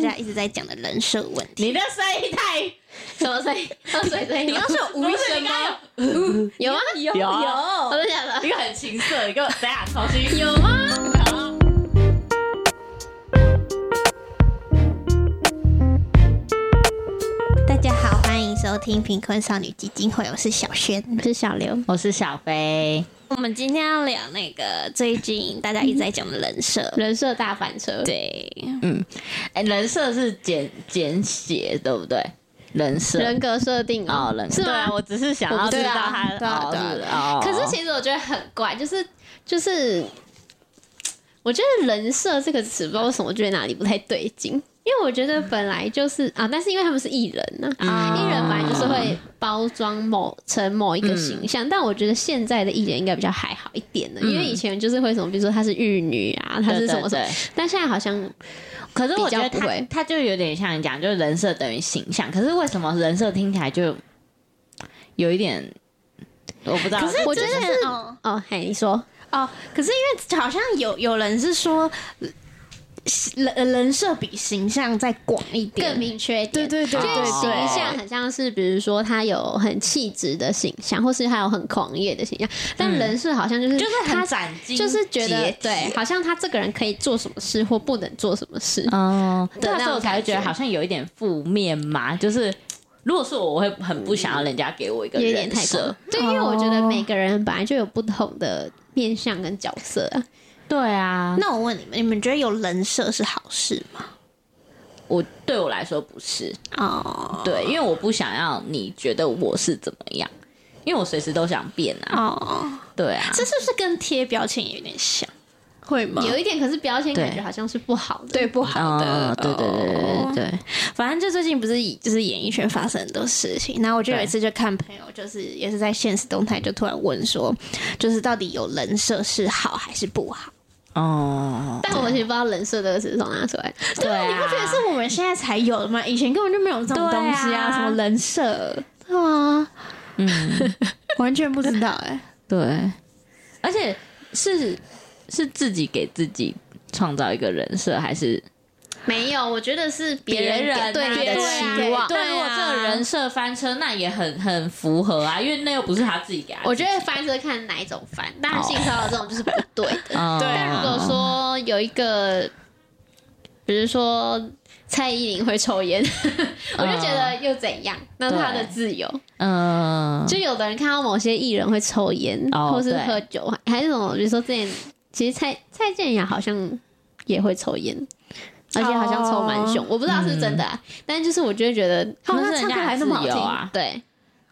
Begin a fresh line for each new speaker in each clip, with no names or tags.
家一直在讲的人设问题。
你的声音太
什么声音？喝水声音？
你刚是有无 意
不是
声
你
吗？
刚刚
有吗？有
有
啊
我真的假的？
一个很情色，一个等下重新
有吗？大家好，欢迎收听贫困少女基金会，我是小轩，我是小刘。
我是小飞，
我们今天要聊那个最近大家一直在讲的人设，
人设大翻车，
对，
哎、人设是简简写对不对？人设
人格设定
哦，人
是
对啊
吗？
我只是想
我
要
不
知
知
道
道
他
对啊
哦
对啊
是
对
哦，
可是其实我觉得很怪，就是就是，我觉得“人设”这个词不知道为什么，我觉得哪里不太对劲。因为我觉得本来就是啊，但是因为他们是艺人呢、
啊
艺人本来就是会包装某成某一个形象，但我觉得现在的艺人应该比较还好一点的，因为以前就是会什么，比如说她是玉女啊，她是什么什么，
对对对
但现在好像
可是我觉得
比较不
他
会
他就有点像你讲，就是人设等于形象。可是为什么人设听起来就有一点，我不知道。
可是
我觉得
之前
是
哦
哦，嘿，你说
哦，可是因为好像有有人是说呃人人设比形象再广一点，
更明确一点，
对
就
对
是
对
形象很像是，比如说他有很气质的形象，或是他有很狂野的形象，但人设好像嗯就是、
就是
他
很斩钉截铁，
就是觉得对，好像他这个人可以做什么事或不能做什么事。
哦，
的
那
那
时候我
种
才会觉得
感觉
好像有一点负面嘛，就是。如果是我，我会很不想要人家给我一个
有一点哦
人
太
设
过，，对，因为我觉得每个人本来就有不同的面相跟角色啊。
对啊，
那我问你们，你们觉得有人设是好事吗？
我对我来说不是，
哦
对，因为我不想要你觉得我是怎么样，因为我随时都想变啊，
哦，
对啊，
这是不是跟贴标签有点像？会吗
有一点，可是标签感
对
觉好像是不好的。
对，不好的
哦，，对对对对对对，
反正就最近不是以就是演艺圈发生很多事情，然后我就有一次就看朋友，就是也是在现实动态就突然问说，就是到底有人设是好还是不好？
哦，
但我其实不知道人设这个词是从哪出来的。
对啊，
你不觉得是我们现在才有的吗？以前根本就没有这种
对啊
东西啊，什么人设啊，
嗯，
完全不知道哎、
对，而且是是自己给自己创造一个人设，还是
没有，我觉得是别
别人
人对你的
别人
期望。
对啊
但如果这个人设翻车，那也很很符合啊，因为那又不是他自己哦给他。
我觉得翻车看哪一种翻，当然性骚扰这种就是不对的。
哦，
对
但如果说有一个，比如说蔡依林会抽烟， 我就觉得又怎样？那是她的自由。
嗯，
就有的人看到某些艺人会抽烟，
哦
或是
对
喝酒，还是什么，比如说之前，其实蔡蔡健雅好像也会抽烟。而且好像抽
哦
蛮凶我不知道是不是真的、啊，
嗯
但是就是我就会觉得，
哦
那
那唱歌还那么好
自由
听
啊，
对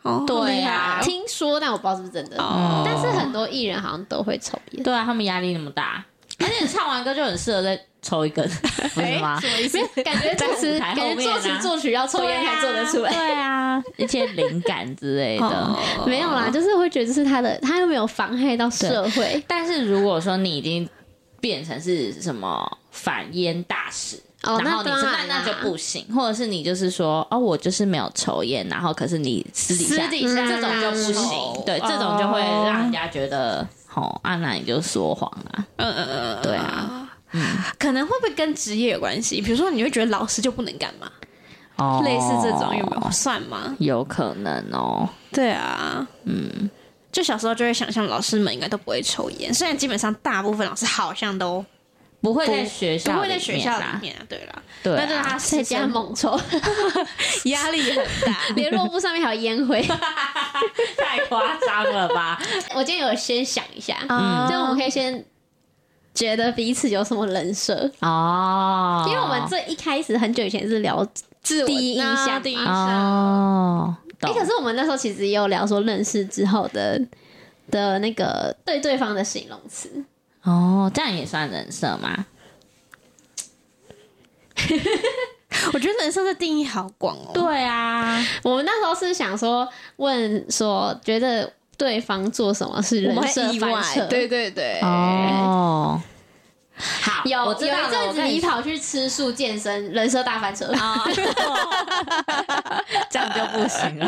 哦
对啊
好厉害哦
听说，但我不知道是不是真的。
哦
但是很多艺人好像都会抽烟，
对啊，他们压力那么大，而且唱完歌就很适合再抽一根，不是吗？
哎
没有感觉作 词，
在舞台
感
后
觉
面啊
作词作曲要抽烟才做得出来。
对啊，一些灵感之类的。
哦
没有啦，就是会觉得这是他的，他又没有妨害到社会
但是如果说你已经变成是什么反烟大使，
哦
然后你
那
是
当
那
然
那
啦
就不行，或者是你就是说哦，我就是没有抽烟，然后可是你私底下
私底下
这种就不
抽
行，对，这种就会让人家觉得。哦，啊，那你就说谎啊！
嗯嗯嗯嗯，
对啊，
可能会不会跟职业有关系？比如说，你会觉得老师就不能干嘛？
哦
类似这种有没有算吗？
有可能哦。
对啊，嗯，就小时候就会想象老师们应该都不会抽烟，虽然基本上大部分老师好像都
不会
不
在学校，
不会在学校里，面啊，对啦，
对啊，
但是他私
在家
生
猛 抽，
压力很大，
联络簿上面还有烟灰。
太夸张了吧？
我今天有先想一下，
嗯
就我们可以先觉得彼此有什么人设，
哦，
因为我们这一开始很久以前是聊
自
第一印象
第一印
嘛
象，
哦，
哎、
懂
可是我们那时候其实也有聊说认识之后的的那个对对方的形容词，
哦，这样也算人设吗？
我觉得人生的定义好广哦。
对啊，
我们那时候是想说问说觉得对方做什么是
我
人
们
设
会意
翻
外
车，，
对对对，
哦，好，
有
我
有
知
一
道了
阵
我
子
跟
你
你
跑去吃素健身，人设大翻车。
啊， 这样就不行 了。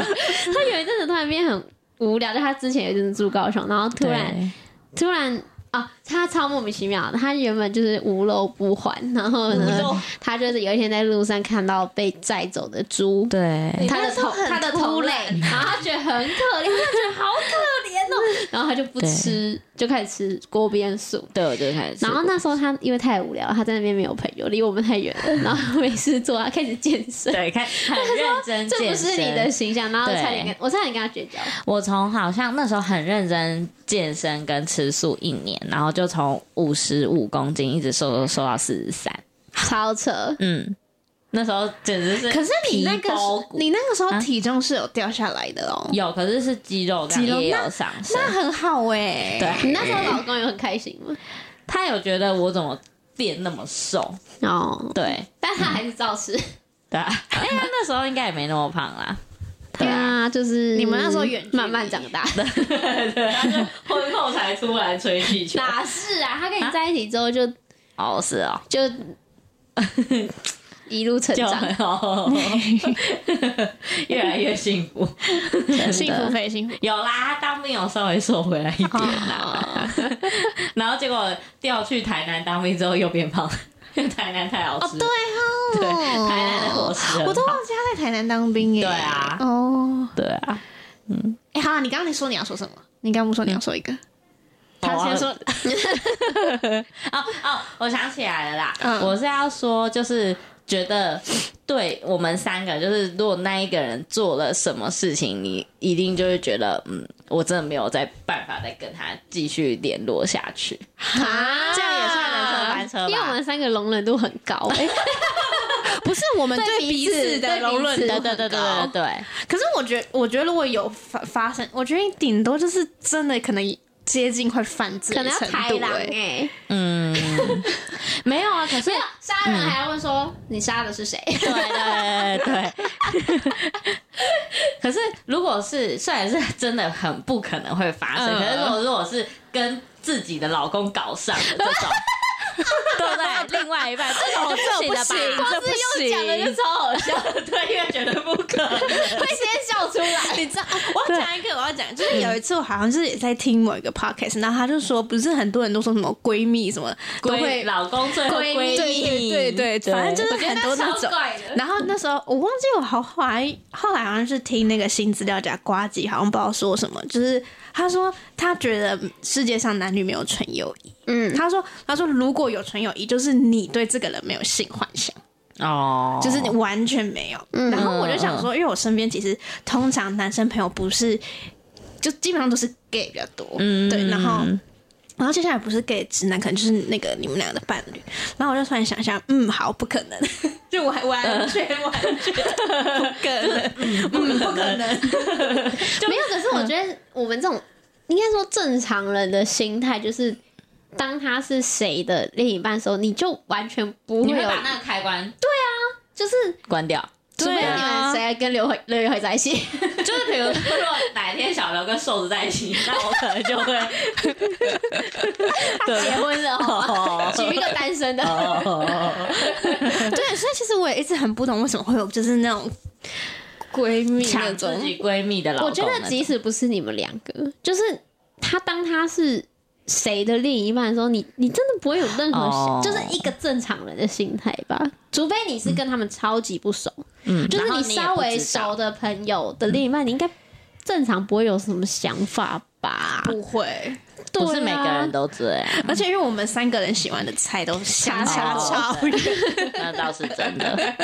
他有一阵子突然变很无聊，就他之前有一阵子住高雄，然后突然突然哦，他超莫名其妙的，他原本就是无肉不还，然后
嗯
呢，他就是有一天在路上看到被载走的猪，
对，
他
你那
的头
时候很
他的头
突
类
然，
然后他觉得很可怜，他觉得好可怜哦，然后他就不
对
吃，就开始吃锅边素。
对我就开始吃
然
过。
后那时候他因为太无聊，他在那边没有朋友，离我们太远了，然后没事做，他开始健身。
对，看很认真
这 不
健
是
身。
你的形象，然后我
对
差点跟我差点跟他绝交。
我从好像那时候很认真健身跟吃素一年，然后就从五十五公斤一直瘦瘦瘦到四十三。
超扯。
嗯，那时候简直是
可是你那个
皮包骨
你那个时
啊
候体重是有掉下来的哦，
有，可是是肌肉量
肌肉
也
那
有上升。
那很好哎、
对，，
你那时候老公有很开心吗？
他有觉得我怎么变那么瘦？
哦，
对
但他还是照吃。
对啊， 哎、他那时候应该也没那么胖啦。
对啊，就是
你们那时候远距离
慢慢长大。
对，他是婚后才突然吹气球
哪是啊？他跟你在一起之后就
哦，是哦，
就一路成
就
长。
哦，越来越幸福。
幸福费 幸福。
有啦，他当兵有稍微瘦回来 一点啦，然后结果调去台南当兵之后又变胖， 因为台南太好吃
哦
了，
对
对台南的伙食很好
我都忘记他在台南当兵耶。
对啊
哦，
对啊，
哎、好啊，你刚刚说你要说什么？你刚不说你要说一个？他先说，
哦哦，我想起来了啦，
嗯
我是要说，就是觉得对我们三个，就是如果那一个人做了什么事情，你一定就会觉得，嗯，我真的没有再办法再跟他继续联络下去。
啊
这样也算人生翻车吧
因为我们三个容忍度很 高、哎
不是我们
对彼
彼
此
此的
对
容忍
彼此
度
对
很
对对对
高
对。对，
可是我觉得，我觉得如果有发发生，我觉得顶多就是真的可能接近会犯罪
可
的
能要
程
开
度
朗
哎、
哎、
嗯，没有啊，可是
没有杀人还要问说、你杀的是谁？
对对对对对。可是如果是虽然是真的很不可能会发生，
嗯
可是如果如果是跟自己的老公搞上的这种。对不对？另外一半，这种
这不
的吧？
行这不
光是用讲的就超好 笑，对，因为觉得不可能。
会先笑出 来，你知道？我要讲一个，我要讲，就是有一次我好像是也在听某一个 podcast，然后他就说，不是很多人都说什么闺蜜什么都
闺
会
老公最后闺
对
蜜，
对对对，反正就
我
是
觉得
很多那
那超
种。
怪 的。
然后那时候我忘记我好后来后来好像是听那个新资料夹瓜吉，好像不知道说什么，就是他说他觉得世界上男女没有纯友谊。
嗯，
他说他说如果有纯友谊，就是你对这个人没有性幻想，
哦，
就是你完全没有。
嗯
然后我就想说，因为我身边其实通常男生朋友不是，就基本上都是 gay 比较多，
嗯
对，然后。然后接下来不是 gay 直男，可能就是那个你们俩的伴侣。然后我就突然想一下，嗯，好，不可能，就完完全完全不可能，嗯，不可能。
没有。可是我觉
嗯
得我们这种应该说正常人的心态就是。当他是谁的另一半的时候，你就完全不会
你会
有，
把那个开关
就是
关掉，
除非
对
你
啊
们谁跟刘慧刘宇辉在一起，
就是比如说，如果哪天小刘跟瘦子在一 起，那我可能就会
他
啊
结婚了，好吗？娶一个 单身的，
哦，
对，所以其实我也一直很不懂，为什么会有就是那种闺蜜那
抢
种
自己闺蜜的老公
我
那种。
觉得即使不是你们两个，就是他当他是谁的另一半的时候，你你真的不会有任何、
哦
就是一个正常人的心态吧，除非你是跟他们超级不熟，
嗯
就是
然后
你
你也
稍
不
微
知道
熟的朋友的另一半，你应该正常不会有什么想法吧？
不会。
对啊
不是每个人都这 样，
而且因为我们三个人喜欢的菜都相差
差超
超远，
那倒是真的。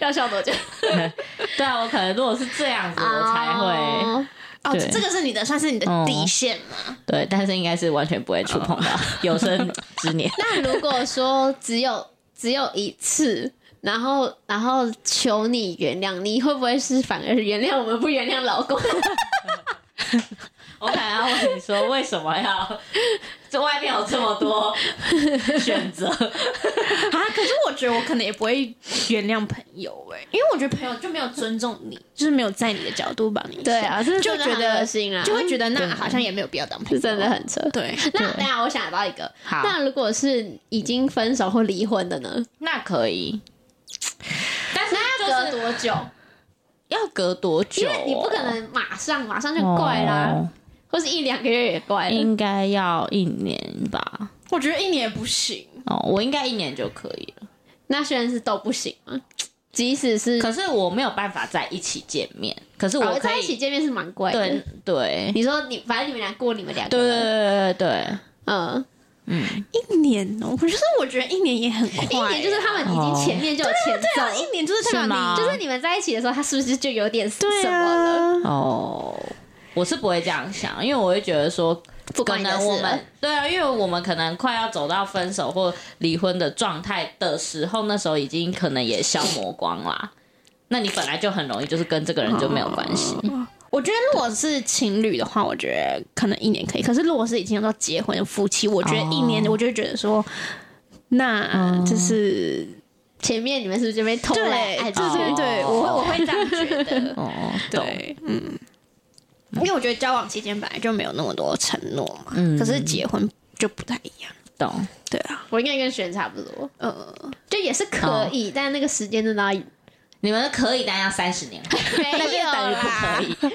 要笑多久？
对啊，我可能如果是这样子，我才会
哦
哦
对，
这个是你的，算是你的
嗯
底线嘛？
对，但是应该是完全不会触碰到
哦
有生之 年。
那如果说只有只有一次，然后然后求你原谅，你会不会是反而是原谅我们不原谅老公？
我可能要问你说，为什么要这外面有这么多选 择？
啊，可是我觉得我可能也不会原谅朋友哎、因为我觉得朋友就没有尊重你，就是没有在你的角度帮你想，
对 啊，这
就觉
恶
得
心啊，
就会觉
得
得那好像也没有必要当朋友，
是真的很扯。
对。
那等一下我想到一个，
嗯好
那如果是已经分手或离婚的呢？
那可以，但是
那
就
要隔
是
多久？
要隔多久
因
哦？
为你不可能马上马上就怪啦，
哦嗯
或是一两个月也怪了。
应该要一年吧？
我觉得一年也不行，
哦，我应该一年就可以了。
那虽然是都不行嘛，即使是
可是我没有办法在一起见面，可是我
哦
可
在一起嗯
以
见面是蛮贵的。
对对
你说你反正你们俩过你们两个，
对对对对对，
嗯，
一年哦、可是我觉得一年也很快，啊
一年就是他们已经前面就有
哦
前奏，
对啊，一年就是代表
是吗
你
就是你们在一起的时候，他是不是就有点什
对
么了？
啊，
哦，我是不会这样想，因为我会觉得说，
不
可
管你的
能
事
我
了
们对啊，因为我们可能快要走到分手或离婚的状态的时候，那时候已经可能也消磨光啦。那你本来就很容易就是跟这个人就没有关系，
哦
我觉得如果是情侣的话，我觉得可能一年可以。可是如果是已经要到结婚的夫妻，我觉得一年
哦
我就会觉得说，那就是、
前面你们是不是就被偷
对
了哎爱
对
情？
对对，
哦。
我会我会这样觉得
哦，懂
对，嗯，因为我觉得交往期间本来就没有那么多承诺嘛，
嗯
可是结婚就不太一样。
懂，
对啊，
我应该跟璇差不多，
呃，
就也是可以，但那个时间真的要
你们可以，但要三十年后，那
没
就
有
等于不
啦
可。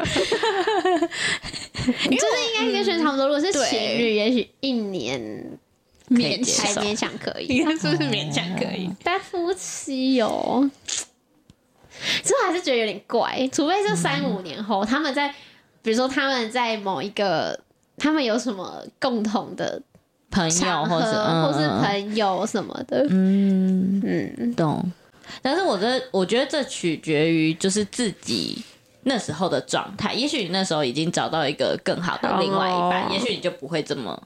以。
就是应该跟璇差不多。如果是
对
情侣，也许一年
可以
勉
接
还
受
勉强可以
应，该是不是勉强可以？
但夫妻哦有，之后还是觉得有点怪，除非是三五年后，他们在，比如说他们在某一个，他们有什么共同的
朋友
场合，
或者
或是
嗯
朋友什么的，
嗯，
嗯，
懂。但是我这我觉得这取决于就是自己那时候的状态。也许你那时候已经找到一个更好的另外一半
哦
也许你就不会这么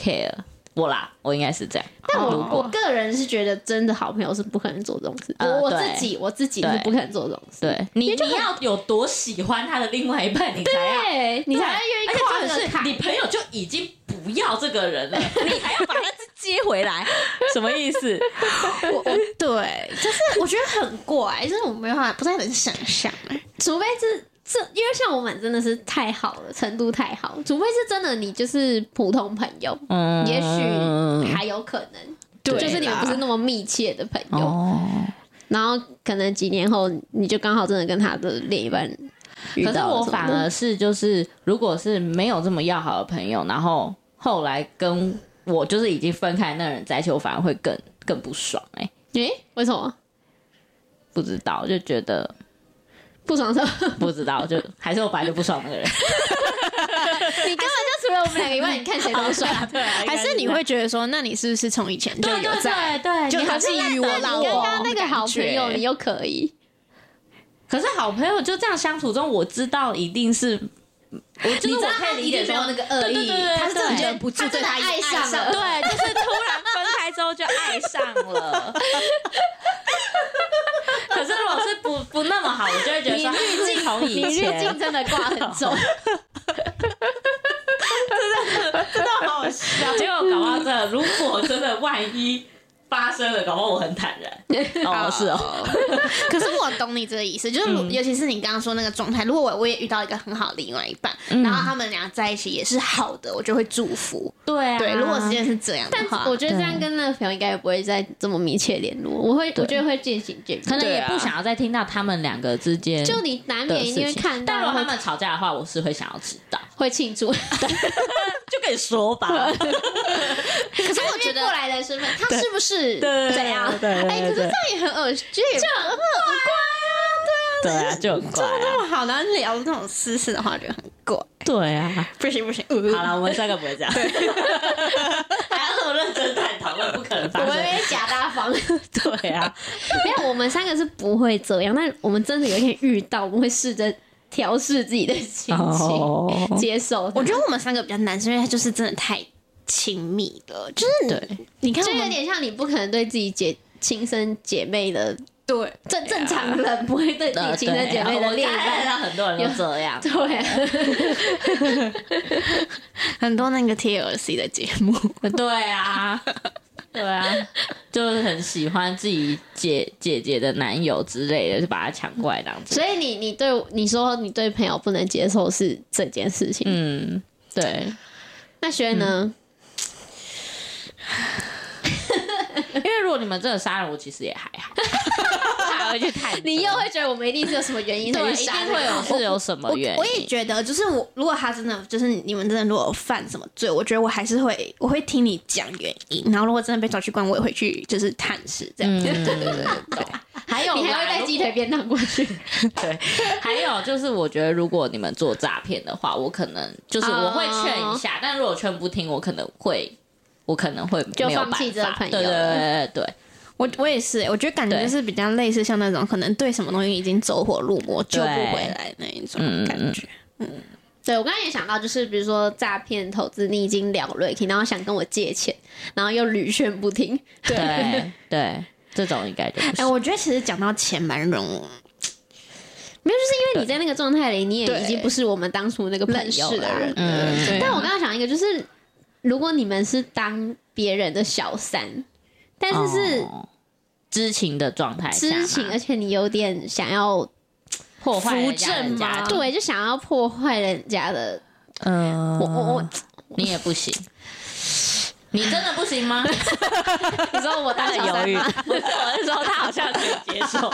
care 我啦。我应该是这样。
但我
哦
我个人是觉得，真的好朋友是不可能做这种事，
呃
我我
对
自己我自己是不可能做这种事，
对你，你要有多喜欢他的另外一半，你才要。
对你
对
才会愿
而
意
且
跨
重
这
点
个
是
坎，
你朋友就已经不要这个人了，你还要把他接回 来，什么意思？
我我 对，就是我觉得很怪，就是我没办法，不太能想象。
除非是这，因为像我们真的是太好了，程度太好，除非是真的你就是普通朋友，
嗯
也许还有可能，
对
就是你们不是那么密切的朋友，
哦。
然后可能几年后你就刚好真的跟他的另一半遇
可
到
是
了
我
什么
反
的
而是就是，如果是没有这么要好的朋友，然后后来跟我就是已经分开的那个人在一起，我反而会更更不爽哎、
诶、为什么
不知道就觉得
不爽什么？
不知道，就还是我本来就不爽那个人，
你根本就除了我们两个以外，你看谁都 不爽。
对，啊
还是你会觉得说，那你是不是从以前就
对
有
对
在？
对对，
就
你还
还是以我
那
拉
你
我
刚刚那个好朋友，
感觉
你又可以，
可是好朋友就这样相处中，我知道一定是，我就是
你
我
知道
可
他
以理解
一定
说
没有那个恶意
对对对对
他是真的
对
觉得不住
他真的
对他
爱
爱上
上
了
对，就是突然分开之后就爱上了。可是如果是不不那么好，我就会觉得说
你
滤镜从
你
以
滤
前
镜真的挂很重。
好笑，结果搞到这，如果真的万一发生了，搞到我很坦然。 哦，是哦， 嗯
可是我懂你这个意思，就是如尤其是你刚刚说那个状态，如果我我也遇到一个很好的另外一半，
嗯
然后他们俩在一起也是好的，我就会祝福。
对啊，
对，如果之前是这样的话，
但我觉得这样
对啊
跟那个朋友应该也不会再这么密切联络，我会我觉得会渐行渐远。
可能
对
也
啊
不想要再听到他们两个之间
就你难
的
免
事
因为
情
看到，
但如果他们吵架的话，我是会想要知道。
会庆祝，
就跟你说 吧，
可是我
觉得
过来人身份，他是不是
对
怎样？
对对对
哎，可是这样也很恶心，就很恶
对啊，就很怪啊，
那么好，然后聊这种私事的话，就很怪。
对啊。
不行不行，呃
好了，我们三个不会这样， 还要这么认真探讨，那不可能发
我们
生。
也假大方。没
对啊，
有，我们三个是不会这样，但我们真的有一天遇到，我们会试着调试自己的
啊
心
哦
情，哦接受它。
我觉得我们三个比较难，是因为他就是真的太亲密了，就是你你看
就
我
有
们
点像你不可能对自己姐亲生姐妹的
对
正正常人不会对自啊己亲生姐妹的
我
另一
看
半。
到很多人都这样，
对啊，
很多那个 TLC 的节目，
对啊，对啊，就是很喜欢自己姐姐姐的男友之类的，就把他抢过来当。
所以你你对你说你对朋友不能接受是这件事情，
嗯，对，
那轩呢？
因为如果你们真的杀了我，其实也还好。
好
会去探究，
你又会觉得我们一定是有什么原因才
对，
去
一
杀
定
人
会有是有什么
我
原因？
我也觉得，就是我如果他真的就是你们真的如果有犯什么罪，我觉得我还是会我会听你讲原因，然后如果真的被抓去关，我也会去就是探视这样。
嗯
对对对 对 对，
还有
哎
啊
你还
啦
会带
如
鸡腿便当 过去？
对，还有就是，我觉得如果你们做诈骗的话，我可能就是我会劝一
哦
下，但如果劝不听，我可能会，我可能会
就
没有
放弃
办
这个
法
朋友
对对对对对，
我我也是，我觉得感觉
对
就是比较类似像那种可能对什么东西已经走火入魔救不回来那一种
嗯嗯嗯
感觉。
对我刚刚也想到，就是比如说诈骗投资，你已经了瑞然后想跟我借钱，然后又屡劝 不听，
对对对，这种应该就不
哎、
是。
我觉得其实讲到钱蛮容
没有，就是因为你在那个状态里，你也
对
已经不是我们当初那个朋
认
友
识的
了啊
人，
嗯
对
但我刚刚想一个，就是如果你们是当别人的小三，但是是
哦知情的状态下嘛，
知情，而且你有点想要
破坏人
扶
家
正
人家
吗
的，
对，就想要破坏人家的，啊
嗯，
我我我，
你也不行，你真的不行 吗？
你知道我当
他很
小
犹
三
豫，
吗？
不是我是说他好像可以接 受，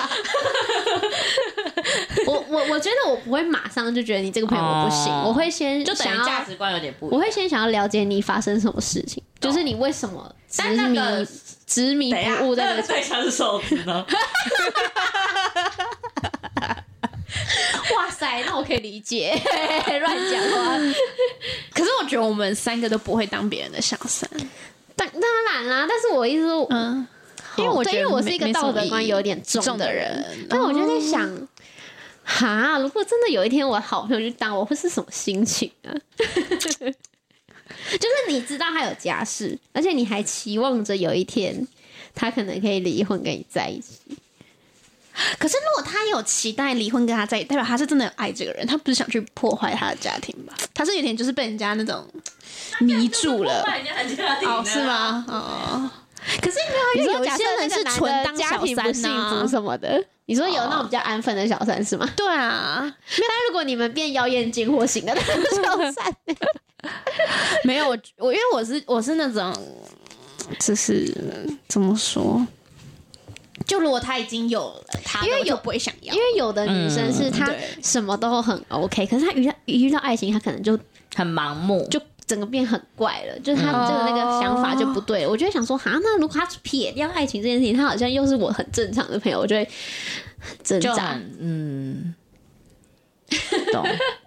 我我我觉得我不会马上就觉得你这个朋友我不行，
哦
我会先
就等
想
于价
要，
值观有点不一样。
我会先想要了解你发生什么事情，就是你为什么执
但那
迷
个
执迷
等一下
不悟在那
那
个
对象是瘦子 呢？
哇塞，那我可以理解， 乱讲话。
可是我觉得我们三个都不会当别人的小三，
当当然啦，但是我一直都，
嗯，因为
对
我觉得
因为我是
没
一个
没什么
道德观
意义
有点重
重
的
的
人哦
人，
但我就在想，
哦
哈，如果真的有一天我好朋友去当，我会是什么心情啊？ 就是你知道他有家室，而且你还期望着有一天他可能可以离婚跟你在一起，
可是如果他有期待离婚跟他在一起，代表他是真的有爱这个人，他不是想去破坏他的家庭吧？他是有点就是被人家那种迷住 了，哦，是？吗？哦。可是没有，因
你
为
说
有
假
些
设
人是
那个
纯
男的
当
家
小
庭不
三啊哦
幸
呐、
福什么的，你说有那种比较安分的小三 是吗？
对啊，
那如果你们变妖艳贱货型的那种 小三，
没有我我因为我是我是那种，就是怎么说？就如果他已经有了他的，
因为
我就
有
不会想要
因，为有的女生是她
嗯对
什么都很 OK，可是她遇到遇到爱情，她可能就
很盲目，
就整个变很怪了，就是她就那个想法就不对了。我就会想说，哈，那如果她撇掉爱情这件事情，她好像又是我很正常的朋友，我就会挣
就
扎。
很嗯，懂。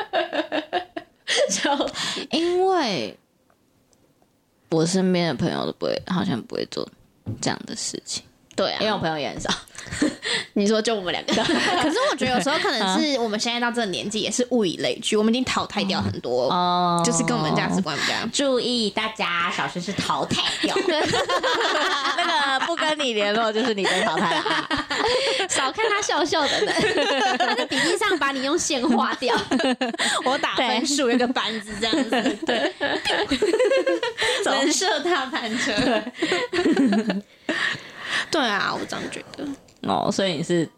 就因为我身边的朋友都不会，好像不会做这样的事情，
对
因为
啊，
我朋友也很少。
你说就我们两 个，
可是我觉得有时候可能是我们现在到这个年纪，也是物以类聚，我们已经淘汰掉很多，
哦
就是跟我们价值观比较
注意大家，小心是淘汰 掉。那个不跟你联络，就是你被淘汰 了。
少看她笑笑的呢， 她在笔记上把你用线划掉。
我打分数有个板子这 样子，对，人设大板车， 对啊，我这样觉得。
哦，所以你是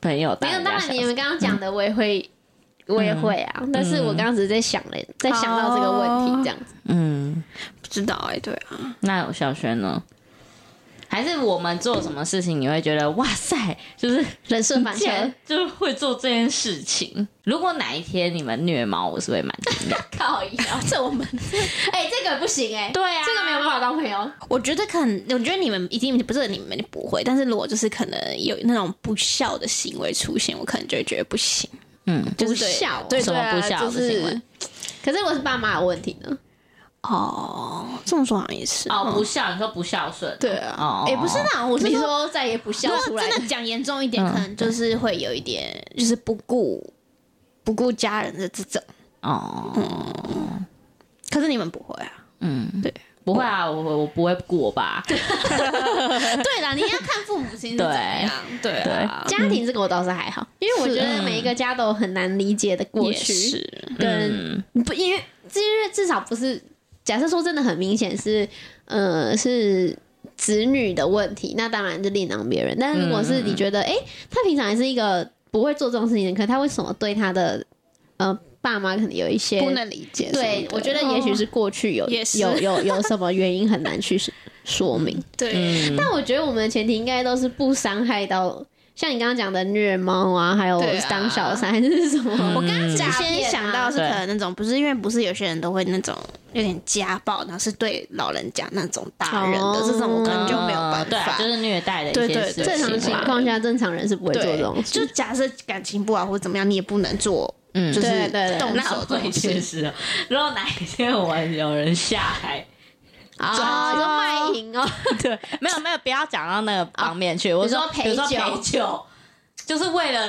朋友带
没有，
人
当
家
然
小
你们刚刚讲的我也会，我也会啊。但是我刚刚只是在想了，在想到这个问题这样子。
嗯，
不知道哎、对啊，
那有小轩呢？还是我们做什么事情，你会觉得哇塞，就是
人设反
竟然
车，
就会做这件事情。如果哪一天你们虐猫，我是会蛮惊 讶。
靠腰，这我们， 哎，这个不行哎，
对啊
这个没有办法当朋友。
我觉得可能，我觉得你们一定不是你们不会，但是如果就是可能有那种不孝的行为出现，我可能就会觉得不行。
嗯，
就是
不孝
对
什
对
么
啊
不孝的
就是
行为
可是我是爸妈有问题呢，
哦，这么说好像也是
哦，
嗯
不孝，你说不孝顺，
对啊，也、
哦，
不是啦，我是
你
说
说再也不笑
如
出
果
来
真
的，
的讲严重一点，
嗯
可能就是会有一点，就是不顾不顾家人的这种。
哦，
可是你们不会啊？
嗯，
对，
不会啊，我我不会过 吧？
对啦，你要看父母亲是怎
对
么样，嗯对啊，
家庭这个我倒是还好，因为我觉得每一个家都有很难理解的过
也
去，
是
跟
嗯，
不因为因为至少不是，假设说真的很明显是，呃，是子女的问题，那当然是另当别论。但是如果
嗯
是你觉得，哎、他平常也是一个不会做这种事情的人，可他为什么对他的呃爸妈可能有一些
不哦能理解。
对，我觉得也许是过去有、
也是
有有有什么原因很难去 说明。
对，
嗯
嗯但我觉得我们的前提应该都是不伤害到像你刚刚讲的虐猫啊，嗯还有
对啊
当小三还是什么，
我刚刚
诈
先
骗啊
想到是
对
可能那种，不是因为不是有些人都会那种有点家暴，然后是对老人家那种大人的、
哦
这种，我可能哦就没有办
对啊
法。，
就是虐待的一
对
些
对
事情
正常情
嘛
况下，正常人是不会做这种事。
就假设感情不好或者怎么样，你也不能做，
嗯
就是
对对对
动
那
手这
会
种
确
事。
实哦，如果哪一天我们有人下海，
啊，就卖淫哦，
对，没有没有，不要讲到那个方面去。我
你说
说，
陪
比如说
酒
陪酒，就是为了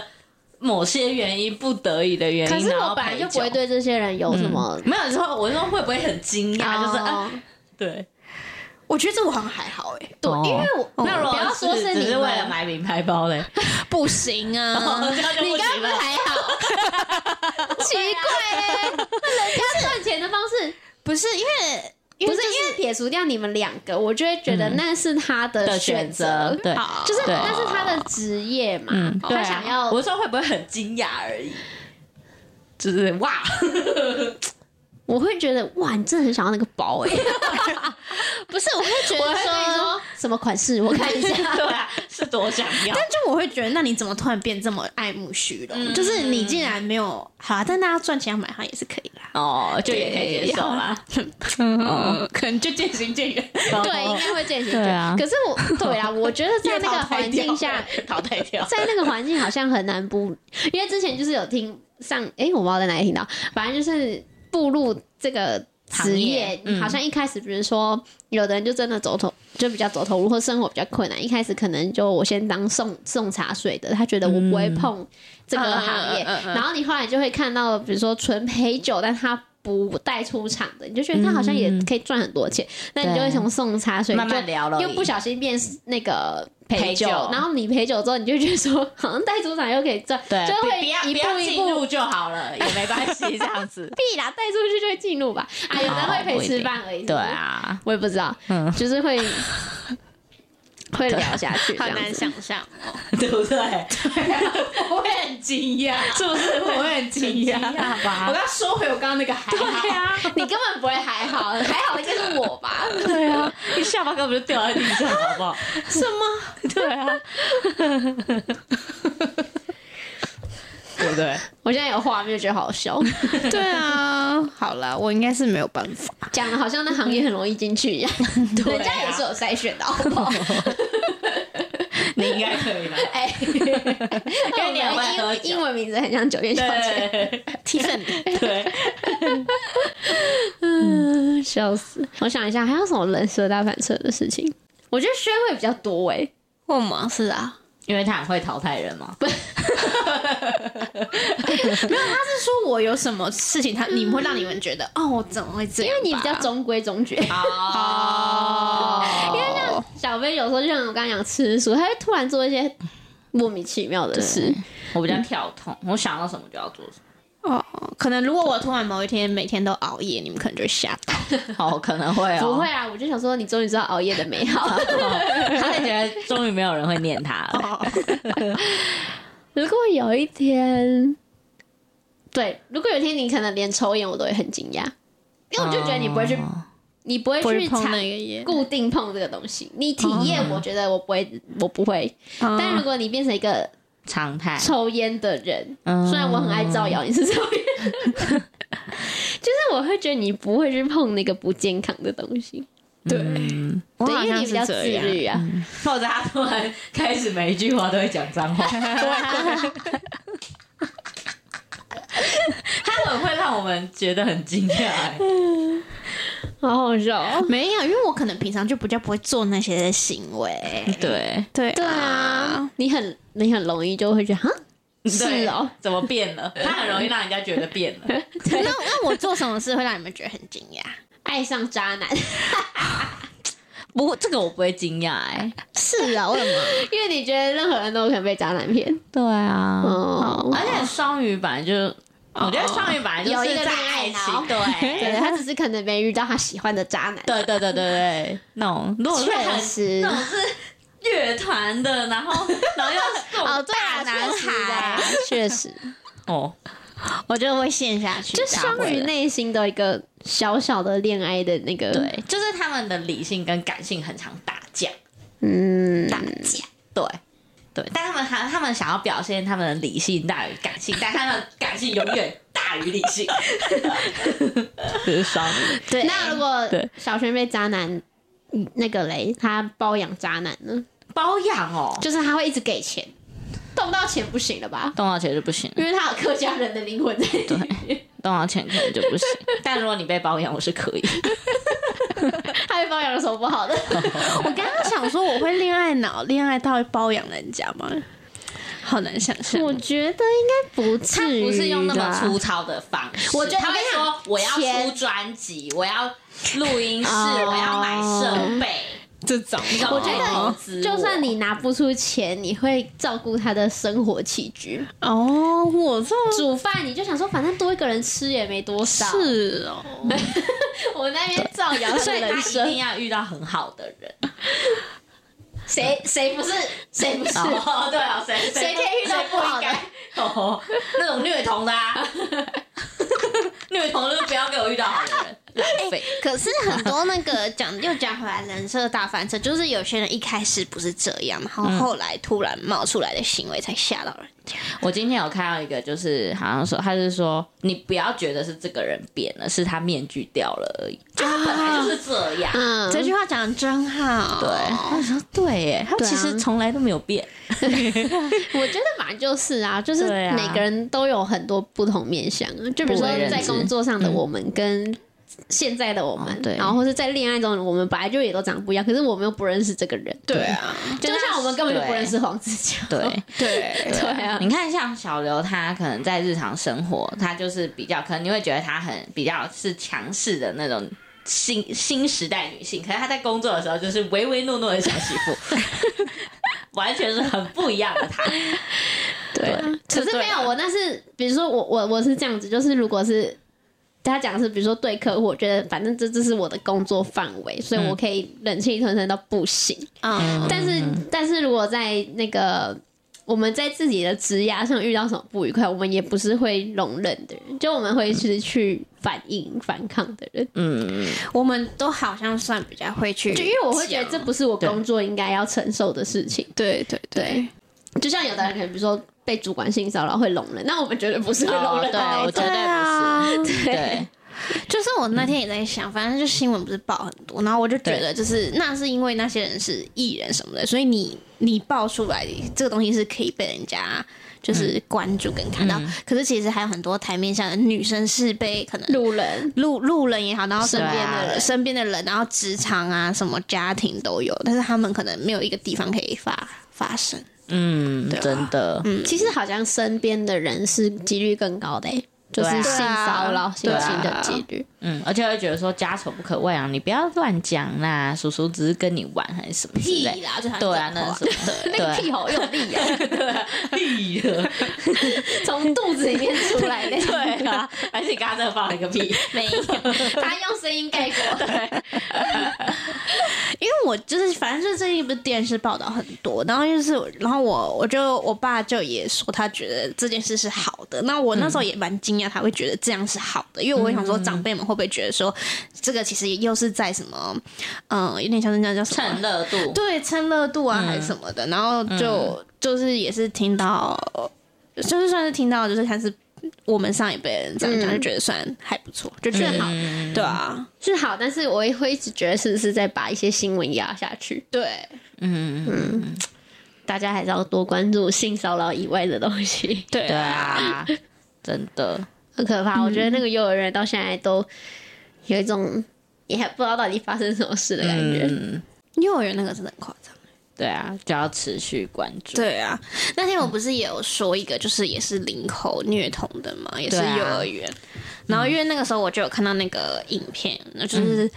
某些原因不得已的原因，
可是
然后
我本来
陪
就不会
酒
对这些人有什么
嗯。没有说，我说会不会很惊讶？就是
哦
啊，对。
我觉得这我好像还好哎、
对，因为我
那如果
哦不要说
是只
你
是为了
们，哦
买名牌包嘞，
不行啊，
这样就
你
不
刚刚
行
不是
了。
还好？奇怪欸，那人家赚钱的方式
不是因为 因
不
为
是
就是
因为撇除掉你们两个，我就会觉得那是他的
的选择，对，
好
就是
对
那是他的职业嘛，
嗯，对
他
啊
想要
我说会不会很惊讶而已，就是哇，
我会觉得哇，你真的很想要那个包哎、
不是，我会觉
我
得
会跟你
说。
说什么款式，我看一下。
对啊，是多想要。
但就我会觉得，那你怎么突然变这么爱慕虚荣？就是你竟然没有好、啊，但大家赚钱买它也是可以啦。
哦，就也可以接受啦。 哦
可能嗯就渐行渐远，
嗯哦对，应该会渐行渐
对啊
远。可是我，对 啦，我觉得 在那个环境 下，
淘汰 掉，
在那个环境好像很难不，因为之前就是有听上，哎、我不知道在哪里听到，反正就是步入这个职
行
业
业，嗯
好像一开始，比如说有的人就真的走投，就比较走投无路，或生活比较困难，一开始可能就我先当送送茶水的，他觉得我不会碰这个行业，
嗯嗯嗯嗯嗯
然后你后来就会看到，比如说纯陪酒，但他。不带出场的，你就觉得他好像也可以赚很多钱，那你就会
嗯对
从送茶水
慢慢
就
聊了
又不小心变那个陪
陪
酒，
酒
然后你陪酒之后，你就觉得说，好像带出场又可以赚，
对，
就会
不要
一
不要
步一
进
步。
入就好了，也没关系，这样子
必啦，带出去就会进入吧。啊，有
哦
的会陪吃饭而已，
对，啊，
我也不知道，
嗯，
就是会会聊下去，这
好
样
难
子。
想象。
对不对？我会很惊 讶，是不是？我会很惊讶
很惊讶
吧
我刚说回我刚刚那个还好，
对啊， 你根本不会还好，还好的应该是我吧？
对啊，你下巴根本就掉在地上，好不好？
什么？
对啊，对不对？
我现在有画面就觉得好笑，
对啊，好啦，我应该是没有办法。
讲的好像那行业很容易进去一样，
对啊
人家也是有筛选的，哦好不好？
你应该可以吧？
哎，
因为你很会喝
英英
酒。
文名字很像酒 店小姐，
对
Tiffany，
对，
嗯，笑死！我想一下，还有什么人设大反射的事情？我觉得轩会比较多哎、
我吗？是啊，
因为他很会淘汰人嘛。
他是说我有什么事情，他你们会让你们觉得哦，我怎么会这
因
样
为
吧？
你比较中规中矩。
哦，
因为像小飞有时候就像我刚刚讲吃素，他会突然做一些莫名其妙的事。
我比较跳痛，我想到什么就要做什
哦，可能如果我突然某一天每天都熬夜，你们可能就会吓到。
么。哦，可能会哦，
不会啊，我就想说你终于知道熬夜的美好。
他会觉得终于没有人会念他 了。
如果有一天，对，如果有一天你可能连抽烟我都会很惊讶，因为我就觉得你不会去，
哦
你不会
不会
去
碰
踩
那个烟，
固定碰这个东西。你体验，我觉得我不会，我不会。但
但
如果你变成一个
常态，
抽烟的人，
嗯
哦
虽然我很爱造谣你是抽烟， 就是我会觉得你不会去碰那个不健康的东西，
对，
嗯
我
对，
嗯好
因为
像
你
是
比较自
这样。
律啊。
或者他突然开始每一句话都会讲脏 话，他很会让我们觉得很惊讶欸。
好好笑哦。
没有，因为我可能平常就比较不会做那些行为。
对，
对
对啊，，你很你很容易就会觉得哈，是哦，
怎么变了？他很容易让人家觉得变了。
那那我做什么事会让你们觉得很惊讶？
爱上渣男，
不过这个我不会惊讶哎。
是啊，为什么？
因为你觉得任何人都有可能被渣男骗。
对啊
哦，
而且双鱼本来就，我觉得双鱼本来就
有一
是
个
在
恋爱
爱
脑
情，对。
对，他只是可能没遇到他喜欢的渣男。
对对对对对，那种如果是很
确实
那种是乐团的，然后然后又是这种
哦，对
大
啊，
男
确实啊
孩，
确实，
哦，
我就会陷下去。
就双鱼
那
内心的一个小小的恋爱的那个，
对，就是他们的理性跟感性很常打架，
嗯，
打架，
对对，但他们还他们想要表现他们的理性大于感性，但他们感性永远大于理性， 这是双鱼。
对，那如
对
果小轩被渣男，嗯那个雷他包养渣男呢？
包养哦，
就是他会一直给钱，动到钱不行了吧？
动到钱就不行了，
因为他有客家人的灵魂在里面，
动到钱可能就不行。 但如果你被包养，我是 可以。
他被包养有什么不好的？
我刚刚想说，我会恋爱脑，恋爱到会包养人家吗？好难想象。
我觉得应该不
他
至于，
不是用那么粗。糙的方式，
我觉得
他会
我跟你讲
说我要
钱
出专辑，我要录音室，
哦
我要买设备，
这种，
你懂吗
我觉
投
得
资我
就算你拿不出钱，你会照顾他的生活起居，
哦，我这
煮饭你就想说，反正多一个人吃也没多少。
是哦，
我那边造谣他
所
的
以他
人
一
生
定，要遇到很好的人。
谁谁不是谁不是？
哦， 对啊，谁
谁可以遇到不好的
谁不应该哦，那种虐童的啊， 虐童就是不要给我遇到好的人，
哎
浪费。
可是很多那个讲又讲回来人设大翻车，就是有些人一开始不是这样，然后后来突然冒出来的行为才吓到人家。
我今天有看到一个，就是好像说他是说你不要觉得是这个人变了，是他面具掉了而已，就他本来就是这样。
嗯，
这句话讲的真好，
对，
啊
他啊说对耶，他
对
们
啊
其实从来都没有变。
我觉得本来就是啊，就是
对啊
每个人都有很多不同面向，啊就比
不
如说
为人
在
知嗯
工作上的我们跟现在的我们，
哦对
然后或是在恋爱中的我们本来就也都长不一样，可是我们又不认识这个人，
对啊，
就像我们根本就不认识黄子佼，
对，
对，
对啊，
你看，像小刘，他可能在日常生活，他就是比较，可能你会觉得他很比较是强势的那种新新时代女性，可是她在工作的时候就是唯唯诺诺的小媳妇， 完全是很不一样的她。对
啊 可
这
是
对
没有
啊
我那是比如说我我我是这样子，就是如果是。他讲的是，比如说对客户，我觉得反正这这是我的工作范围，所以
嗯
我可以忍气吞声到不行。
嗯，
但是，但是如果在那个我们在自己的职涯上遇到什么不愉快，我们也不是会容忍的人，就我们会是去反应、反抗的人。
嗯，
我们都好像算比较会去，
就因为我会觉得这不是我工作应该要承受的事情。
对对对，
就像有的人可能比如说被主管性骚扰会容忍，那我们绝对不是会容
哦，
忍
对，
的。
我绝
对啊
对不是，对，
就是我那天也在想，反正就新闻不是报很多，然后我就觉得就是那是因为那些人是艺人什么的，所以你你爆出来这个东西是可以被人家就是关注跟看到，
嗯
可是其实还有很多台面下的女生是被可能。
路人
路路人也好，然后身边的
对啊
人身边的人，然后职场啊，什么家庭都有，但是他们可能没有一个地方可以发发声。
嗯，
对啊
真的，嗯，
其实好像身边的人是几率更高的、欸就是
对啊
性骚扰、性
对啊
侵的几率。
而且会觉得说家丑不可外扬，你不要乱讲啦，叔叔只是跟你玩还是什么之类的。
啦，就
对啊，那 是什么？对啊，
好用力 啊！
屁了，
从肚子里面出来的。
对啊，而且你刚刚真的放了一个屁，
没有， 他用声音盖过。
因为我就是反正就是最近不是电视报道很多，然后就是然后我我就我爸就也说他觉得这件事是好的，那我那时候也蛮惊讶他会觉得这样是好的，因为我会想说长辈们会不会觉得说这个其实又是在什么嗯、呃有点像那叫什
趁
么
热度，
对蹭热度啊还是什么的，然后就、就是也是听到就是算是听到就是看是我们上一辈人这样讲、
嗯
就觉得算还不错，就觉得好，
嗯
对啊，
是好，但是我也会一直觉得是不是在把一些新闻压下去？
对。
嗯，嗯，
大家还是要多关注性骚扰以外的东 西，
对
对，啊，真的，
很可怕。我觉得那个幼儿园到现在都有一种也还不知道到底发生什么事的感觉。
嗯，
幼儿园那个真的很夸张。
对啊，就要持续关注，
对啊，那天我不是也有说一个，就是也是零口虐童的嘛，也是
对啊
幼儿园。然后因为那个时候我就有看到那个影片，那就是、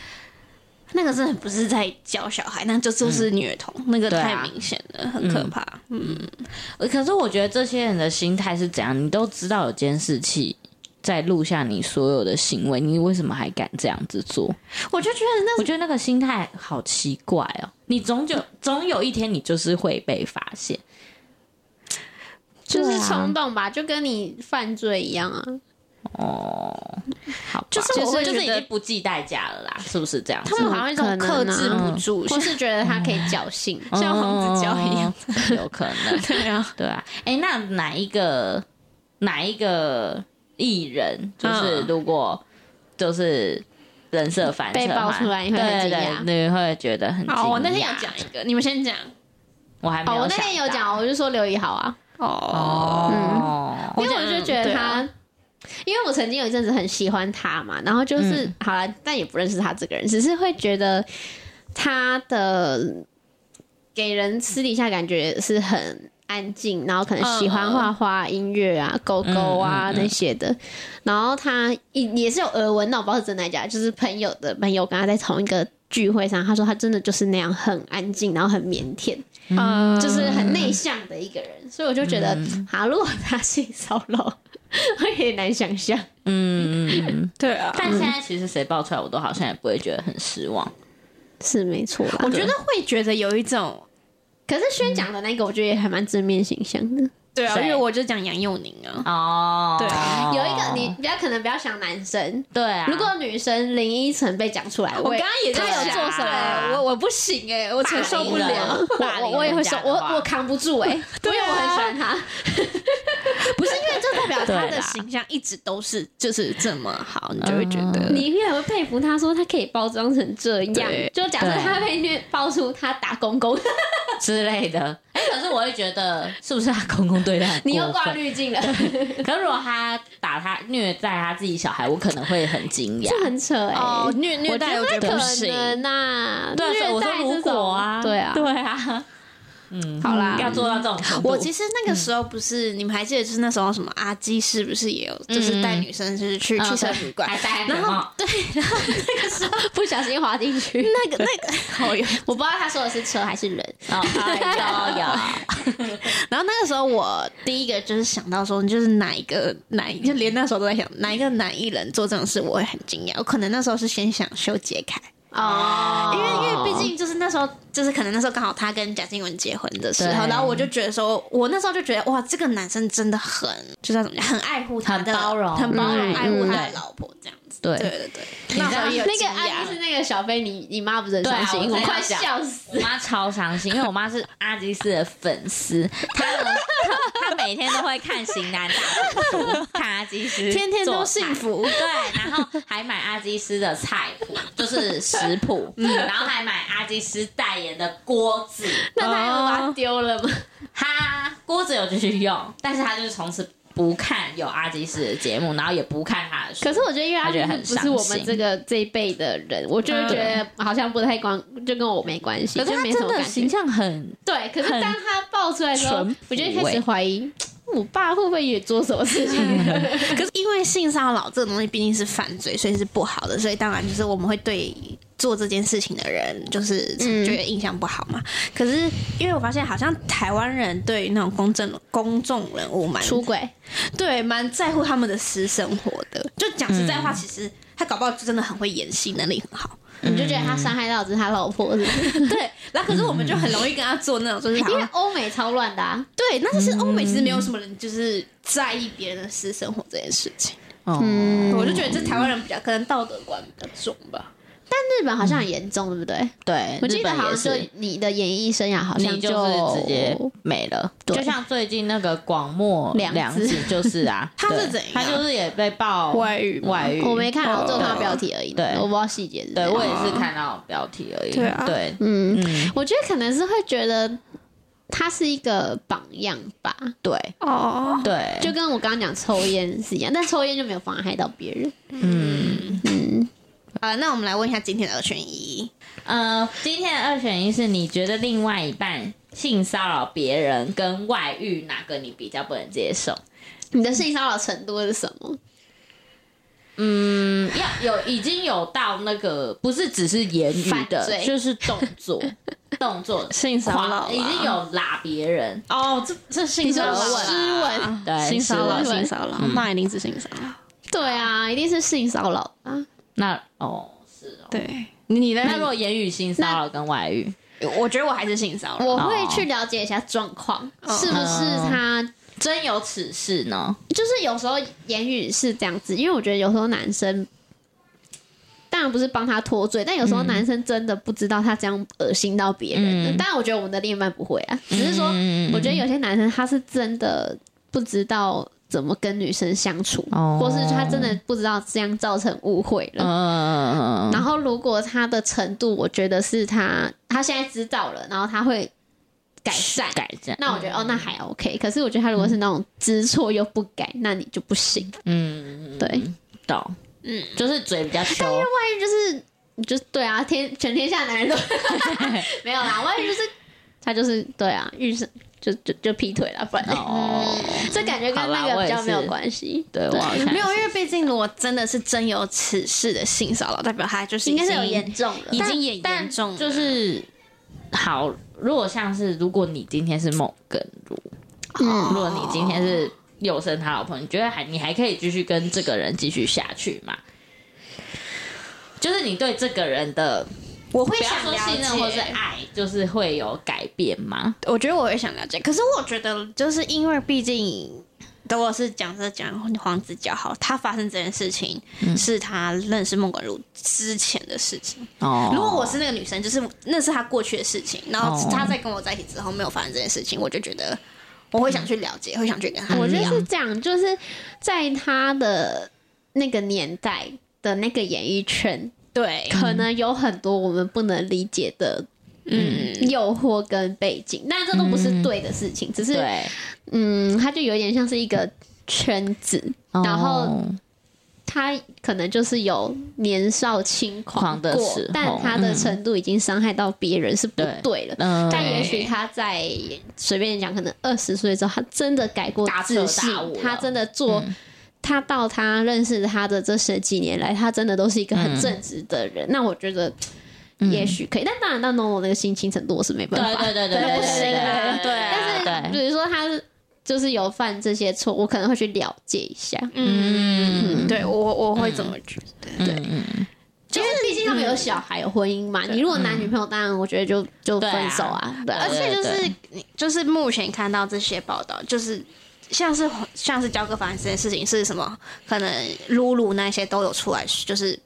那个真的不是在教小孩，那就就是虐童，那个
对啊
太明显了，很可怕。嗯，
呃。可是我觉得这些人的心态是怎样？你都知道有监视器在录下你所有的行为，你为什么还敢这样子做？
我就觉得那
我觉得那个心态好奇怪哦。你总有总有一天，你就是会被发现。
就是
对啊
啊冲动吧，就跟你犯罪一样啊。
哦，好
就是
就
我会觉
是就
得
是已经不计代价了啦，是不是这样子
他？们好像一种克制不住，
或是觉嗯哦得他可以侥幸。
像黄子佼一样
嗯，有可能。
对啊，
对啊，哎、那哪一个哪一个艺人，就是
嗯
如果就是人设反
被
车
爆
嘛
出来你会很
对
惊
对
讶
对你会觉得很
哦好，我
惊
那天
讶
有，讲一个，你们先讲
我还没
哦，
有
我那
想
天有
到
讲，我就说刘以豪啊，
哦，
哦，
因为我就觉得
嗯
他，因为我曾经有一阵子很喜欢他嘛，然后
嗯
就是、好了，但也不认识他这个人，只是会觉得他的给人私底下感觉是很安静，然后可能喜欢画画、音乐啊、狗狗啊、
嗯嗯嗯
那些的。然后他也也是有耳闻，那我不知道是真的还是假的，就是朋友的朋友跟他在同一个。聚会上，他说他真的就是那样，很安静，然后很腼腆，
嗯，
就是很内向的一个人，所以我就觉得，啊，如果他性骚扰， 我有点难想象。
嗯嗯嗯。
对啊，
但现在其实谁爆出来，我都好像也不会觉得很失望。
是没错啦，
我觉得会觉得有一种。
可是轩讲的那个，我觉得也还蛮正面形象的。
对啊，
谁
因为我就讲杨佑宁啊，
哦，
对啊
有一个你比较可能比较想男生，
对啊，
如果女生林依晨被讲出来，
我
也
刚刚也在
他有
想
做什么？
对我我不行哎、我承受不啊了。
霸凌
我我也会
人
说
家，的
我
话
我扛不住哎、欸，
对啊
因为我很喜欢他，
不是因为就代表他
对
的
啦
形象一直都是就是这么好，你就会觉得
嗯
你越会佩服他说他可以包装成这样
对，
就假设
对
他被虐爆出他打公公，
之类的，哎、可是我会觉得是不是他公公对他很
你又
过
挂
分
滤镜了，
可是如果他打他虐待他自己小孩，我可能会很惊讶。
这很扯哎、
哦虐虐待，我觉得不啊行。
呐、
对，所以
虐
我
待
说如
这种
果啊，
对啊，
对啊，
好啦，
要做到这种程度，
我其实那个时候不是，你们还记得就是那时候什么阿基是不是也有，就是带女生就是去
嗯
汽车旅馆，
还哦戴安全
然后
帽，
对，
不小心滑进去。
那个那个好有。
我不知道他说的是车还是人，
哦，都有，
然后那个时候我第一个就是想到说，就是哪一个哪一，就连那时候都在想哪一个男艺人做这种事，我会很惊讶。我可能那时候是先想修杰楷。
哦
因为因为毕竟就是那时候，就是可能那时候刚好他跟贾静雯结婚的时候，
对
然后我就觉得说，我那时候就觉得哇，这个男生真的很就是要怎么讲，很爱护他的，
很包容
很包容，
嗯
爱护他的
对
老婆这样子。
对
对对对，
你
那
知
时
道
候也有
那个
惊讶
阿姨是那个小飞，你你妈不是很
对啊
伤心，
我
我
正
快
要讲
笑死。
我妈超伤心，因为我妈是阿基斯的粉丝，她呢，她她每天都会看《型男大厨厨》，看阿基斯，
天天都幸福。
对，然后还买阿基斯的菜谱，就是食谱，
嗯
然后还买阿基斯代言的锅子，
那他有把它丢了吗？
哦
他锅子有继续用，但是他就是从此不看有阿基斯的节目，然后也不看他的书。
可是我觉得，因为
她觉得
他
很
不是我
伤
们
心
这个这一辈的人，我就会觉得好像不太关，就跟我没关系，就没什么感觉。
象很
对，可是
很
当他爆出来的时候
淳朴，
我就开
欸
始怀疑我爸会不会也做什么事 情。
可是因为性骚扰这个东西毕竟是犯罪，所以是不好的，所以当然就是我们会对做这件事情的人就是
嗯
觉得印象不好嘛。可是因为我发现，好像台湾人对于那种公正公众人物蛮
出轨，
对，蛮在乎他们的私生活的。就讲实在话，其实他搞不好就真的很会演戏，能力很 好。
你就觉得他伤害到的是他老婆，是不是
对，然后可是我们就很容易跟他做那种，就
嗯
是好
因
像
为欧美超乱的、啊，
对，那就是欧美其实没有什么人就是在意别人的私生活这件事情。
嗯，
我就觉得这台湾人比较可能道德观比较重吧。
日本好像很严重，对不对？
对，
我记
嗯日
得
本
好
也
像
是
就。你的演艺生涯好像
你就是直接没了，
对
就像最近那个广末
良子
良子就是啊，
他是
对
怎样
他就是也被爆
外遇吗
外遇，
我没看，我只有看到
哦
标题而已，
嗯对
我不知道细节是怎
对
样。
我也是看到标题而已，
对啊
对，
嗯，
嗯，
我觉得可能是会觉得他是一个榜样吧，
对
哦，
对，
就跟我刚刚讲抽烟是一样，但抽烟就没有妨害到别人。
好了，那我们来问一下今天的二选一。
呃，今天的二选一是你觉得另外一半性骚扰别人跟外遇哪个你比较不能接受？
你的性骚扰程度是什么？
嗯，要有已经有到那个不是只是言语
犯
的，
罪
就是动作动作
性骚扰
狂已经有拉别人，
哦，这这性
你说
骚扰啊，
湿吻？
对，
性骚扰，
是
性骚
嗯
扰，那一定是性骚扰。
对啊，一定是性骚扰啊。
那哦是哦。
对，
你
那如果言语性骚扰跟外遇，
我觉得我还是性骚扰。
我
哦
会去了解一下状况，是不是
嗯
他
真有此事呢？
就是有时候言语是这样子，因为我觉得有时候男生然不是帮他脱罪，但有时候男生真的不知道他这样恶心到别人。
嗯
当然，我觉得我们的另一半不会啊，只是说，我觉得有些男生他是真的不知道怎么跟女生相处，
哦
或是他真的不知道这样造成误会了。
嗯，
然后，如果他的程度，我觉得是他他现在知道了，然后他会改善，
改正，
那我觉得哦，那还 OK。可是我觉得他如果是那种知错又不改，那你就不行。
嗯，
对，
懂，嗯，就是嘴比
哎
较羞，
但是就是你就对啊，天全天下 男人都没有啦，万一就是他就是对啊，遇上就就就劈腿了，不然、
嗯
哦，
这感觉跟
好啦
那个
我
比
也
较没有
是
关系。
对我 好像
没有，因为毕竟如果真的是真有此事的性骚扰，代表他就是
应该是有
已经
严重了，
已
但
经也
但
严重了，
就是好。如果像是，如果你今天是孟耿如，
嗯
如果你今天是佑生他老婆，你觉得还你还可以继续跟这个人继续下去吗？就是你对这个人的
我会
不要
想
说
了
信任或是
解。
爱，就是会有改变吗？
我觉得我也想了解，可是我觉得就是因为毕竟，如果是讲这讲黄子佼好，他发生这件事情、是他认识孟管如之前的事情。
哦
如果我是那个女生，就是那是他过去的事情，然后
哦
他在跟我在一起之后没有发生这件事情，我就觉得我会想去了解，会想去
嗯
跟他
我觉得
聊。
是这样，就是在他的那个年代的那个演艺圈，
对，
可能有很多我们不能理解的。嗯，诱惑跟背景，但这都不
嗯
是对的事情，只是
对，
嗯，它就有点像是一个圈子，然后
哦
他可能就是有年少轻狂
狂的
过
时候
但他的程度已经伤害到别人是不
对
对了。
嗯
但也许他在随便讲，可能二十岁之后，他真的改过
大彻
自新
大悟了，
他真的做。
嗯
他到他认识他的这十几年来，他真的都是一个很正直的
嗯
人。那我觉得也许可以，但当然，那 NONO 那个心情程度我是没办法。
对对
对
对，
不行啊
对啊，
但是
对，
比如说他就是有犯这些错，我可能会去了解一下。
嗯，对我我会怎么觉得？
嗯
对，
就是毕竟他们有小孩有婚姻嘛，你如果男女朋友，当然我觉得就就
对啊
分手啊，对啊
而且就
对
是
对
你就是目前看到这些报道，就是像是像是焦哥发生这件事情是什么？可能露露那些都有出来，就是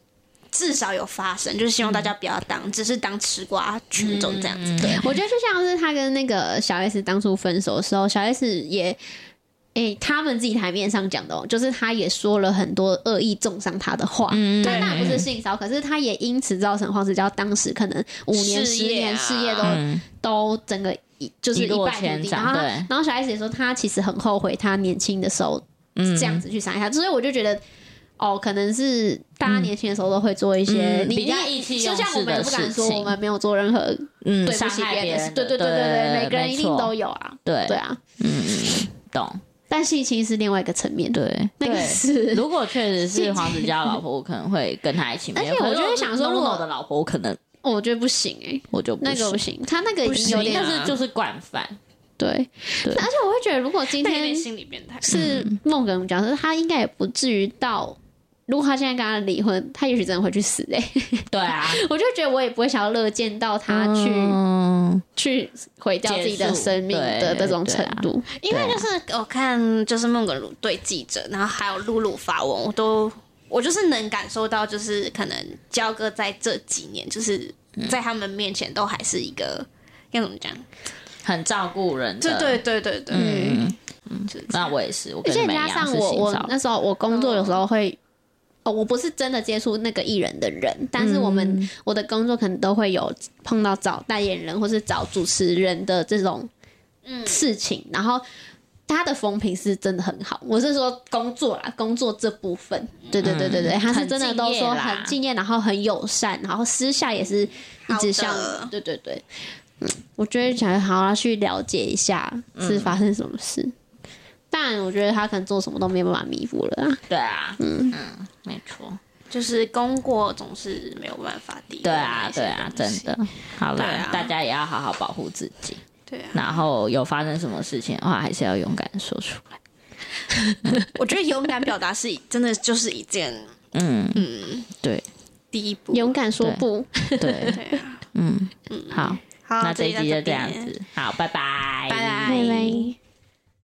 至少有发生，就是希望大家不要当、只是当吃瓜群众这样
嗯
子。对，
我觉得就像是他跟那个小 S 当初分手的时候，小 S 也，诶、他们自己台面上讲的、哦，就是他也说了很多恶意重伤他的话，嗯、但那不是性骚扰，可是他也因此造成黄子佼当时可能五
事
年、十
业
年
啊
事业都、
嗯
都整个一就是
一
一
落
败涂
千
地，
丈
然后他
对
然后小 S 也说他其实很后悔他年轻的时候
嗯
这样子去伤害他，所以我就觉得。哦，可能是大家年轻的时候都会做一些，
嗯
你
比较
你
意气
就
用
像
事
我们也
的
不敢
事
说我
情
们没有做任何
嗯，
对不
伤
起
害
别人的事，对
对
对对对对，每个人一定都
有，
有啊，
对嗯
对，啊。
懂，
但性侵是另外一个层面，
对。
那个
对
是，
如果确实是黄子佼老婆，我可能会跟他一起。
而且我就会想说如果
我的老婆，我可能
哦 我觉得不行哎，
我就
那个不
不
行，他那个已经有
行，
点
但是就是惯犯，
对，
对
而且我会觉得，如果今
但有点
天
心理变态。
是
嗯
梦梗讲，是他应该也不至于到。如果他现在跟他离婚，他也许真的会去死 哎、
对啊，
我就觉得我也不会想要乐见到他去、
嗯
去毁掉自己的
结束
生命
对
的这种
对
程
啊
度。
因为就是我看就是孟格鲁对记者，然后还有露露发文，我都我就是能感受到，就是可能焦哥在这几年，就是在他们面前都还是一个。要怎么讲？
很照顾人
对
的。
对对对对，
嗯，
就是这
那
样
我也是，我
而
跟你
且
们一
加
样
上
是
我，
性
我
骚
那时候我工作有时候会，哦，我不是真的接触那个艺人的人，但是我们、我的工作可能都会有碰到找代言人或是找主持人的这种
嗯
事情，然后。他的风评是真的很好，我是说工作啦，工作这部分，对对对对对，他是真的都说很
很
敬业，然后很友善，然后私下也是一
好
直像
的，
对对对，嗯，嗯我觉得想好好去了解一下是发生什么事，但我觉得他可能做什么都没办法弥补了啊。
对啊，嗯嗯，没错，
就是功过总是没有办法抵。
对啊对啊，真的。，好啦，
对啊
大家也要好好保护自己，
对啊，
然后有发生什么事情的话，还是要勇敢地说出来。
我觉得勇敢表达是真的就是一件
嗯嗯，对
第一步。
勇敢说
对
不，
对，
对啊，
嗯嗯，好，
好，
那这一集就
这
这样
边，
子，好，拜拜，
拜
拜拜。